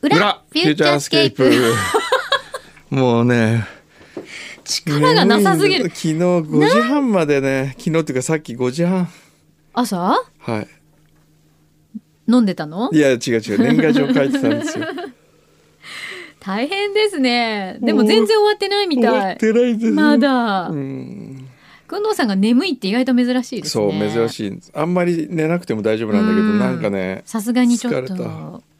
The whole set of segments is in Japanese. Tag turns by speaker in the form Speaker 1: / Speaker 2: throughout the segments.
Speaker 1: フューチャースケープ。
Speaker 2: もうね。
Speaker 1: 力がなさすぎる
Speaker 2: 眠いの昨日5時半までね、昨日っていうかさっき5時半。
Speaker 1: 朝
Speaker 2: はい。
Speaker 1: 飲んでたの
Speaker 2: いや、違う違う。年賀状書いてたんですよ。
Speaker 1: 大変ですね。でも全然終わってないみ
Speaker 2: 終わ
Speaker 1: た
Speaker 2: っ
Speaker 1: い。
Speaker 2: てないです。
Speaker 1: ま。だ
Speaker 2: う。ん。
Speaker 1: くんどうさんが眠いって意外と珍しいです
Speaker 2: そ
Speaker 1: ね。
Speaker 2: う、珍
Speaker 1: い。
Speaker 2: しい。あんまり寝なくても大丈夫なんだけど、
Speaker 1: うん
Speaker 2: なんかね。
Speaker 1: さすがにちょっ
Speaker 2: 疲れ
Speaker 1: と。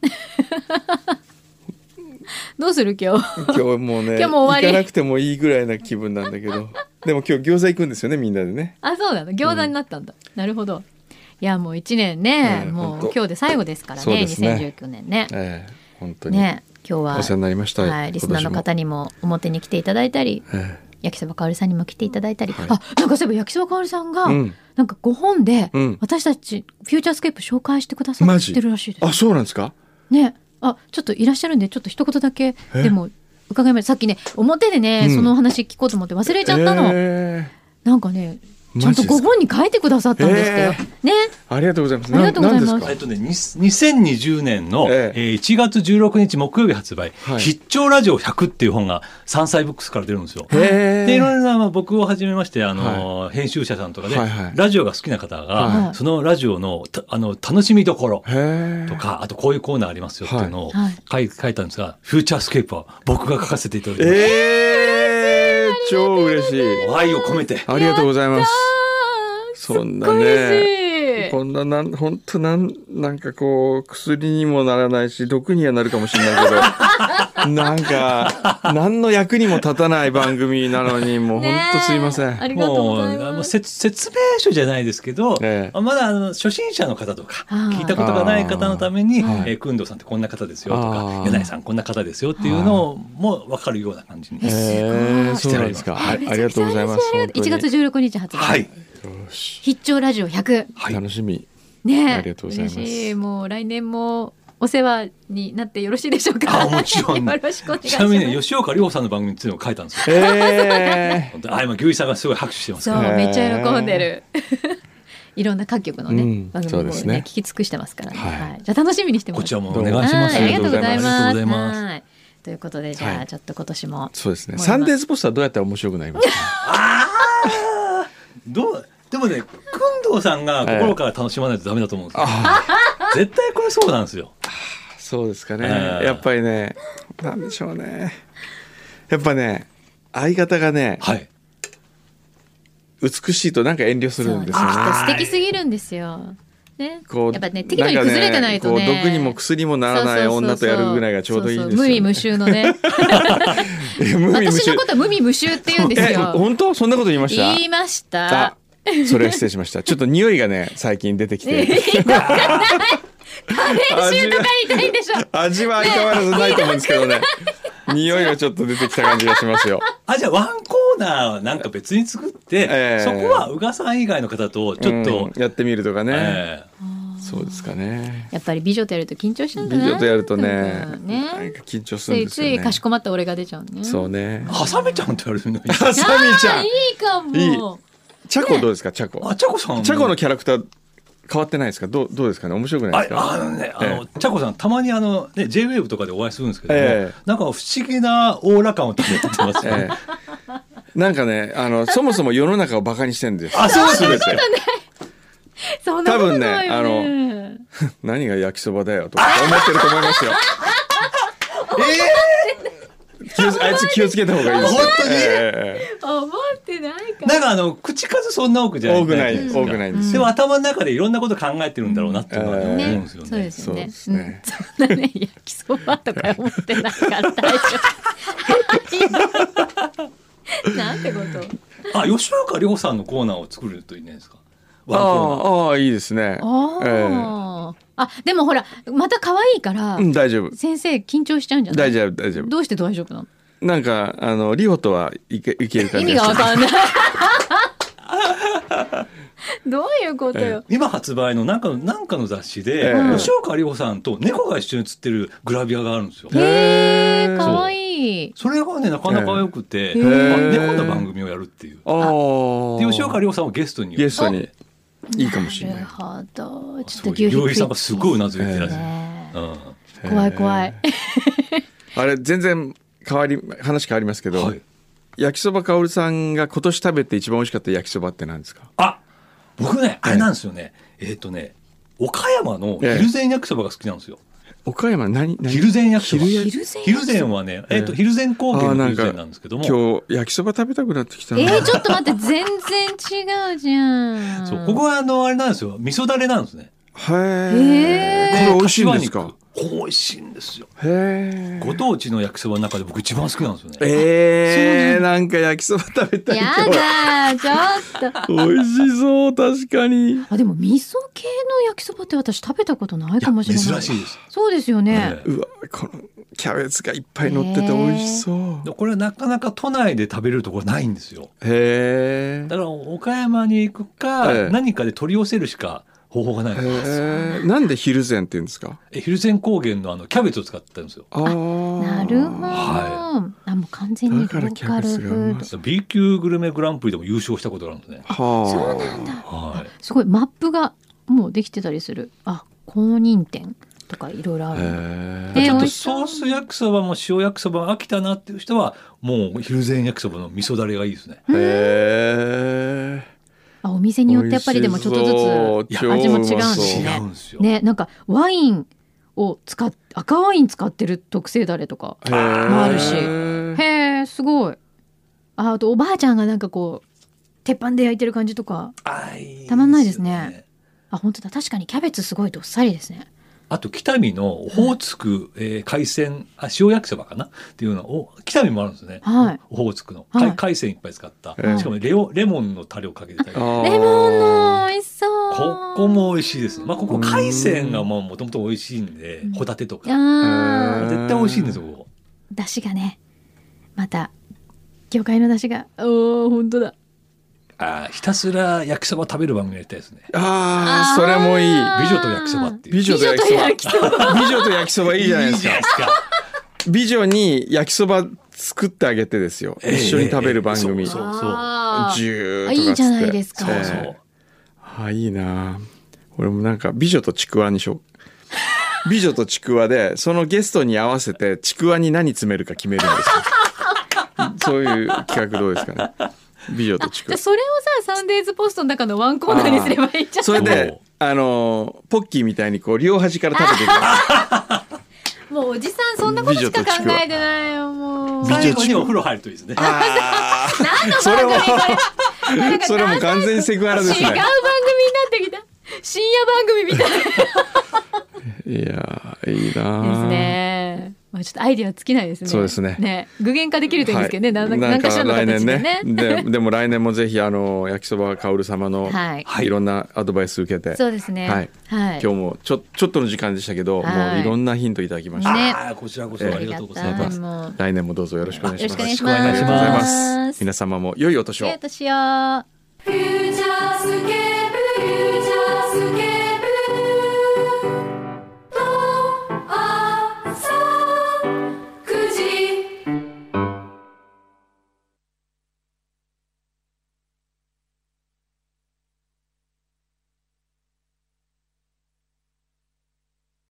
Speaker 1: どうする今日。
Speaker 2: 今日もうね、
Speaker 1: 今日も終わり
Speaker 2: 行かなくてもいいぐらいな気分なんだけど。でも今日餃子行くんですよね、みんなでね。
Speaker 1: あ、そうなの餃子になったんだ。なるほど。いや、もう一年ね、
Speaker 2: ね
Speaker 1: も
Speaker 2: ほん
Speaker 1: う
Speaker 2: と
Speaker 1: 今日で最後ですから
Speaker 2: そう
Speaker 1: ね、
Speaker 2: ですね
Speaker 1: 2019年ね。
Speaker 2: ええ本当に。
Speaker 1: ね、今日は。
Speaker 2: お世話になりました。
Speaker 1: はい、リスナーの方
Speaker 2: に。
Speaker 1: にも表に来ていただいたり、
Speaker 2: え
Speaker 1: 焼きそばかおりさんにも来ていただいたり、
Speaker 2: はい
Speaker 1: あなんかそういえば焼きそばかおりさんが、
Speaker 2: えうん。
Speaker 1: なんかご本で
Speaker 2: うん
Speaker 1: 私たちフューチャースケープ紹介してくださ
Speaker 2: マ
Speaker 1: っ
Speaker 2: ジ
Speaker 1: てるらしいです。
Speaker 2: あ、そうなんですか
Speaker 1: ねあちょっといらっしゃるんでちょっと一言だけ
Speaker 2: え
Speaker 1: でも伺いましたさっきね表でね、
Speaker 2: うん
Speaker 1: そのお話聞こうと思って忘れちゃったの、
Speaker 2: え
Speaker 1: なんかね
Speaker 2: え
Speaker 1: ちゃんと
Speaker 2: マジで
Speaker 1: ご
Speaker 2: すか
Speaker 1: 本に書いてくださったんですけど、
Speaker 2: え
Speaker 1: ね
Speaker 2: ありがとうございます。
Speaker 1: ありがとうございます
Speaker 2: ななん
Speaker 3: え
Speaker 2: で
Speaker 3: っとね、に2020年の、
Speaker 2: え
Speaker 3: え
Speaker 2: え
Speaker 3: ー1月16日木曜日発売、
Speaker 2: はい
Speaker 3: 必聴ラジオ100っていう本が山菜ブックスから出るんですよ。
Speaker 2: すか。へえ
Speaker 3: で、いろいろな、まあ、僕をはじめまして、あの、編集者さんとかで、
Speaker 2: はいはい
Speaker 3: ラジオが好きな方が、
Speaker 2: はい
Speaker 3: そのラジオの、たあの、楽しみどころ
Speaker 2: へえ
Speaker 3: とか、あとこういうコーナーありますよっていうのを
Speaker 1: はい
Speaker 3: 書い,、書いたんですが、フューチャースケープは僕が書かせていただきました。
Speaker 2: ええ超嬉しい。
Speaker 3: 愛を込めて。
Speaker 2: ありがとうございます。
Speaker 1: あー
Speaker 2: そん
Speaker 1: すっ
Speaker 2: なね
Speaker 1: ごい嬉しい
Speaker 2: こんななん本当なんなんかこう薬にもならないし毒にはなるかもしれない けどなんか何の役にも立たない番組なのにもう本当すいません。
Speaker 1: ねえありがとう
Speaker 3: も
Speaker 1: ご
Speaker 3: う
Speaker 1: ざい
Speaker 3: あの
Speaker 1: ます。
Speaker 3: 説説明書じゃないですけど、
Speaker 2: え
Speaker 3: まだあの初心者の方とか
Speaker 1: はい
Speaker 3: 聞いたことがない方のために
Speaker 2: あーはい
Speaker 3: 「えー工藤さんってこんな方ですよ」と
Speaker 2: あ
Speaker 3: か
Speaker 2: ー
Speaker 3: 「柳井さんこんな方ですよ」っていうのをもう分かるような感じに。
Speaker 1: え
Speaker 2: ええ
Speaker 1: す
Speaker 2: そ
Speaker 3: ごいう
Speaker 2: なんですか。はい、ありがとうございます。
Speaker 1: めちゃくちゃ嬉しありがとう1月16日発売。
Speaker 3: はい、
Speaker 2: よし
Speaker 1: 必聴ラジオ100。
Speaker 3: はい
Speaker 2: 楽しみ。
Speaker 1: ねえ
Speaker 2: ありがとうございます
Speaker 1: 嬉しい。もう来年もお世話になってよろしいでしょうか。
Speaker 3: あもちろん
Speaker 1: よろしくお願いし
Speaker 3: ち
Speaker 1: ま
Speaker 3: なみ
Speaker 1: す。
Speaker 3: にね吉岡里帆さんの番組っていうのを書いたんですよ。
Speaker 2: ええ
Speaker 3: 本当にあ今牛一さんがすごい拍手してます
Speaker 1: そ
Speaker 3: か
Speaker 1: う、
Speaker 2: へえ
Speaker 1: めっちゃ喜んでる。いろんな各局のね、
Speaker 2: うん
Speaker 1: 番組
Speaker 2: そう
Speaker 1: も
Speaker 2: で
Speaker 1: ね
Speaker 2: すね
Speaker 1: 聞き尽くしてますからね。
Speaker 2: はい
Speaker 1: はい、じゃあ楽しみにして
Speaker 3: ら
Speaker 1: ます。
Speaker 3: こちらもお願いします。
Speaker 1: はいありがとうございます。
Speaker 3: ありがとうございます
Speaker 1: はいということでじゃ
Speaker 2: は
Speaker 1: あ
Speaker 2: い
Speaker 1: ちょっと今年も
Speaker 2: そうですね。
Speaker 1: 思います
Speaker 2: サンデーズポスターどうやったら面白くなりますか。
Speaker 3: どうでもね工藤さんが心から楽しまないとダメだと思うんですよ。
Speaker 2: あ
Speaker 3: 絶対これそうなんですよ。
Speaker 2: あ、そうですかね。
Speaker 3: ええ
Speaker 2: やっぱりね、なんでしょうね。やっぱね、相方がね、
Speaker 3: はい。
Speaker 2: 美しいとなんか遠慮するんです
Speaker 1: そう
Speaker 2: よ
Speaker 1: きっ
Speaker 2: ね。
Speaker 1: と素敵すぎるんですよ。ね、
Speaker 2: こう
Speaker 1: やっぱね適度に崩れてないとね
Speaker 2: んかこう毒にも薬にもならない女とやるぐらいがちょうどいいで
Speaker 1: そうそうそう
Speaker 2: すよ、ね。
Speaker 1: 無味無臭のね
Speaker 2: え 無味無
Speaker 1: 私
Speaker 2: 臭
Speaker 1: のことは無味無臭って言うんです
Speaker 2: え
Speaker 1: よ
Speaker 2: 本当そんなこと言いました。
Speaker 1: 言いました
Speaker 2: あ、それは失礼しました。ちょっと匂いがね、最近出てきて。
Speaker 1: 練習とか言いたいんでしょ
Speaker 2: 味は相変わらずないと思うんですけどね。匂いがちょっと出てきた感じがしますよ。
Speaker 3: あ、じゃあワンコーナーはなんか別に作って、
Speaker 2: ええ
Speaker 3: そこは宇賀さん以外の方とちょっと、
Speaker 2: うんやってみるとかね。
Speaker 3: え
Speaker 2: そうですかね。
Speaker 1: やっぱり美女とやると緊張しちゃうんだ
Speaker 2: 美
Speaker 1: な
Speaker 2: 女とやるとね
Speaker 1: 多、分
Speaker 2: なん
Speaker 1: ね
Speaker 2: か緊張す
Speaker 1: つ
Speaker 2: るん
Speaker 1: い
Speaker 2: です
Speaker 1: つ
Speaker 2: よね。
Speaker 1: いかしこまった俺が出ちゃうね
Speaker 2: そうね
Speaker 3: え。挟めちゃうんって言われるのに。
Speaker 2: ハサミちゃ
Speaker 1: あい
Speaker 2: ん。
Speaker 1: いかも
Speaker 2: いいチャコどうですか、チャ
Speaker 3: あ、
Speaker 2: コ。
Speaker 3: ちゃこさん。
Speaker 2: チャコのキャラクター変わってないですか。どうどうですかね。面白くないで
Speaker 3: あ
Speaker 2: すか。
Speaker 3: あのね、あ
Speaker 2: え
Speaker 3: の、ちゃこさん、たまにあの、ね、J-Wave とかでお会いするんですけど、
Speaker 2: ええ
Speaker 3: なんか不思議なオーラ感を出ってますよね。
Speaker 2: ええなんかね、あ のそもそも世の中をバカにしてるんです。
Speaker 3: あ、そうですね。
Speaker 1: そんなことないよ
Speaker 2: 多分
Speaker 1: ね
Speaker 2: 何が焼きそばだよとか思ってると思いますよ。ええ気をつあいつ気をつけた方がいいですよ。
Speaker 3: 本当に
Speaker 2: えええ
Speaker 1: 思ってないか
Speaker 3: なんかあの、口数そんな多くじ
Speaker 2: え
Speaker 3: ゃない
Speaker 2: 多くない
Speaker 3: ですか
Speaker 2: 多くないんです
Speaker 3: で
Speaker 2: よ。
Speaker 3: も頭の中でいろんなこと考えてるんだろうなっていうのは思うん
Speaker 1: ね
Speaker 3: ですよね。
Speaker 1: そうですよね
Speaker 2: そうですね
Speaker 1: うんそんなね焼きそばとか思ってなか ったでしょなんてこと
Speaker 3: あ、吉岡里帆さんのコーナーを作るといいんじゃないですか。
Speaker 2: あ
Speaker 3: ワンコーナー。
Speaker 2: あああいいですね。
Speaker 1: あ、
Speaker 2: え
Speaker 1: ーあでもほらまた可愛いから、
Speaker 2: えうん大丈夫
Speaker 1: 先生緊張しちゃうんじゃない
Speaker 2: 大丈夫大丈夫。
Speaker 1: どうして大丈夫なの
Speaker 2: なんかあのリホとはいけいける感
Speaker 1: 意
Speaker 2: じ
Speaker 1: 味が
Speaker 2: がし
Speaker 1: わ
Speaker 2: ます
Speaker 1: かんないどういうことよ、
Speaker 3: 今発売のなんかのなんかの雑誌
Speaker 2: え
Speaker 3: で、
Speaker 2: え
Speaker 3: 吉岡里帆さんと猫が一緒に写ってるグラビアがあるんですよ。
Speaker 1: へ
Speaker 2: へ
Speaker 1: え
Speaker 2: ー
Speaker 1: 可愛い
Speaker 3: それがねなかなか良くて、
Speaker 1: ええ
Speaker 3: あ
Speaker 2: へえ
Speaker 3: 猫の番組をやるっていう。
Speaker 2: ああ。
Speaker 3: で吉岡里帆さんをゲストに
Speaker 2: ゲストにいいかもしれ
Speaker 1: な
Speaker 2: ない
Speaker 1: る。ほどちょっ
Speaker 3: そ
Speaker 1: と
Speaker 3: ういう
Speaker 1: 牛皮
Speaker 3: 料理さんがすごいうなずいてらっしゃる。
Speaker 1: ね
Speaker 3: うん
Speaker 1: 怖い怖い。
Speaker 2: あれ全然変わり話変わりますけど、
Speaker 3: はい
Speaker 2: 焼きそばかおるさんが今年食べて一番美味しかった焼きそばって何ですか
Speaker 3: あ僕ねあれなんですよね、えっ、とね岡山の
Speaker 2: ええ
Speaker 3: 蒜山焼きそばが好きなんですよ
Speaker 2: 岡山何何
Speaker 3: 蒜山焼きそば
Speaker 2: 蒜
Speaker 1: 昼前
Speaker 3: 蒜山はね、えっと蒜山高
Speaker 2: あ
Speaker 3: 原
Speaker 2: ー
Speaker 3: の
Speaker 2: なん
Speaker 3: 蒜
Speaker 2: か
Speaker 3: 山なんですけども
Speaker 2: 今日焼きそば食べたくなってきたな
Speaker 1: えー、ちょっと待って、全然違うじゃん。
Speaker 3: そうここはあのあれなんですよ味噌だれなんですね
Speaker 2: へ
Speaker 1: へ
Speaker 2: えこれ美味しいんですか
Speaker 3: 柏肉美味しいんですよ
Speaker 2: へ
Speaker 3: ご当地の焼きそばの中で僕一番好きなんですよね
Speaker 2: ええー、なんか焼きそば食べたい
Speaker 1: や
Speaker 2: 今日
Speaker 1: だー、ちょっと。
Speaker 2: 美味しそう確かに
Speaker 1: あ、でも味噌系の焼きそばって私食べたことない
Speaker 3: い
Speaker 1: か
Speaker 3: や
Speaker 1: もしれない。
Speaker 3: 珍しいです、
Speaker 1: そうですよね
Speaker 3: え。
Speaker 2: うわこのキャベツがいっぱい乗ってて美味しそう
Speaker 3: えこれなかなか都内で食べれるところないんですよ
Speaker 2: へ
Speaker 3: だから岡山に行くか、
Speaker 2: ええ
Speaker 3: 何かで取り寄せるしか方法がない
Speaker 2: え
Speaker 3: んですよ
Speaker 2: へえなんで蒜山って言うんですか
Speaker 3: え蒜山高原のあのキャベツを使ってたんですよ
Speaker 2: あー
Speaker 1: なるほど。
Speaker 3: は
Speaker 1: あ、もう完全にロ
Speaker 2: だから
Speaker 1: ー
Speaker 2: キ
Speaker 1: カ
Speaker 2: ャ
Speaker 1: ル
Speaker 2: ベツがう
Speaker 1: フー
Speaker 2: ま
Speaker 1: ド
Speaker 2: い。
Speaker 3: B 級グルメグランプリでも優勝したことがあるんですね。
Speaker 1: そう
Speaker 2: は
Speaker 1: なんだ。
Speaker 3: は
Speaker 1: すごい、マップがもうできてたりする。あ、公認店とかいろいろあ
Speaker 2: あ
Speaker 1: る。
Speaker 2: へ
Speaker 3: い。
Speaker 1: え
Speaker 2: え
Speaker 3: ちょ
Speaker 1: 美
Speaker 3: っと
Speaker 1: 味しそ
Speaker 3: ソ
Speaker 1: う
Speaker 3: ース焼きそばも塩焼きそばも飽きたなっていう人はもう蒜山焼きそばの味噌だれがいいですね。
Speaker 2: へ
Speaker 1: あ、お店によってやっぱりでもちょっとずつ。
Speaker 2: ず
Speaker 3: いや
Speaker 1: 味も違うんです
Speaker 3: 違
Speaker 1: ね
Speaker 3: うんですよ。
Speaker 1: ね、なんかワインを使っ、赤ワイン使ってる特製だれとか。
Speaker 2: あ
Speaker 1: るしへえすごいああとおばあちゃんがなんかこう鉄板で焼いてる感じとか
Speaker 3: あいいですよ
Speaker 1: たまんないですね。あ本当だ確かにキャベツすごいどっさりですね
Speaker 3: あと北見のオホーツク、えー海鮮あ塩焼きそばかなっていうのはお北見もあるんですね。
Speaker 1: はい
Speaker 3: オホーツクの、
Speaker 1: はい
Speaker 3: 海海鮮いっぱい使った、
Speaker 2: ええ
Speaker 3: しかもレオレモンのタレをかけてたり。こ
Speaker 1: レモンの
Speaker 2: あ
Speaker 1: 美味しそう
Speaker 3: こも美味しいですね。まあここ
Speaker 2: うん
Speaker 3: 海鮮がもともと美味しいんでホタテとか
Speaker 1: あ
Speaker 2: ー
Speaker 3: 絶対美味しいんですよここ。
Speaker 1: ーだしがねまた魚介のだしがおー本当だ
Speaker 3: あーひたすら焼きそば食べる番組やりたいですね。
Speaker 2: あーそれもいい
Speaker 3: 美女と焼きそばっていう。
Speaker 2: 美女と焼きそば
Speaker 1: 美女と焼きそ
Speaker 2: 美女と焼きそばいいじゃないですか
Speaker 3: いいじゃないですか
Speaker 2: 美女に焼きそば作ってあげてですよ、
Speaker 3: ええ
Speaker 2: 一緒に食べる番組、
Speaker 3: ええそう
Speaker 1: あ
Speaker 2: ジ
Speaker 1: ー
Speaker 2: ューとか
Speaker 1: あ
Speaker 2: っつって
Speaker 1: いいじゃないですか
Speaker 3: そう
Speaker 2: ええ
Speaker 3: そう。
Speaker 2: あいいなあ俺もなんか美女とちくわにしよう 美女とちくわでそのゲストに合わせてちくわに何詰めるか決めるんですよ そういう企画どうですかね美女とちく
Speaker 1: じゃ
Speaker 2: わ
Speaker 1: あそれをさサンデーズポストの中のワンコーナーにすればいいじゃん
Speaker 2: それであのーポッキーみたいにこう両端から食べてい く
Speaker 1: もうおじさんそんなことしか考えてないよもう
Speaker 2: 美女
Speaker 3: 最後にお風呂入るといいですね。
Speaker 2: あー
Speaker 1: 何の
Speaker 2: それも
Speaker 1: 番組これなんか
Speaker 2: それも完全にセクハラです
Speaker 1: 違う番組に
Speaker 2: ね
Speaker 1: なってきた深夜番組みたいで
Speaker 2: いやーいいなあ
Speaker 1: すね。まあちょっとアイディアは尽きないですね。
Speaker 2: そうですね
Speaker 1: 具現化できるといいんですけどね。
Speaker 2: はい
Speaker 1: なんかなんかしらの
Speaker 2: 来
Speaker 1: 形
Speaker 2: 年
Speaker 1: で
Speaker 2: ね
Speaker 1: ね。
Speaker 2: ででも来年もぜひあの焼きそばかおる様の
Speaker 1: はい
Speaker 2: いろんなアドバイス受けて、
Speaker 1: そうですね。
Speaker 2: は
Speaker 1: はいい。
Speaker 2: 今日もちょちょっとの時間でしたけど、
Speaker 1: はい
Speaker 2: もういろんなヒントいただきました、
Speaker 1: ね
Speaker 3: あーこちらこそ
Speaker 2: ええ
Speaker 3: ありがとうござい
Speaker 1: ありが
Speaker 3: ま
Speaker 1: たい
Speaker 3: す。
Speaker 1: もう
Speaker 2: 来年もどうぞよろしくお願いします
Speaker 1: よろしくお
Speaker 3: 願いし
Speaker 2: あり
Speaker 3: ます
Speaker 2: がとうございます皆様も良いお年を
Speaker 1: よいお年を。
Speaker 4: 「フューチャースケープ」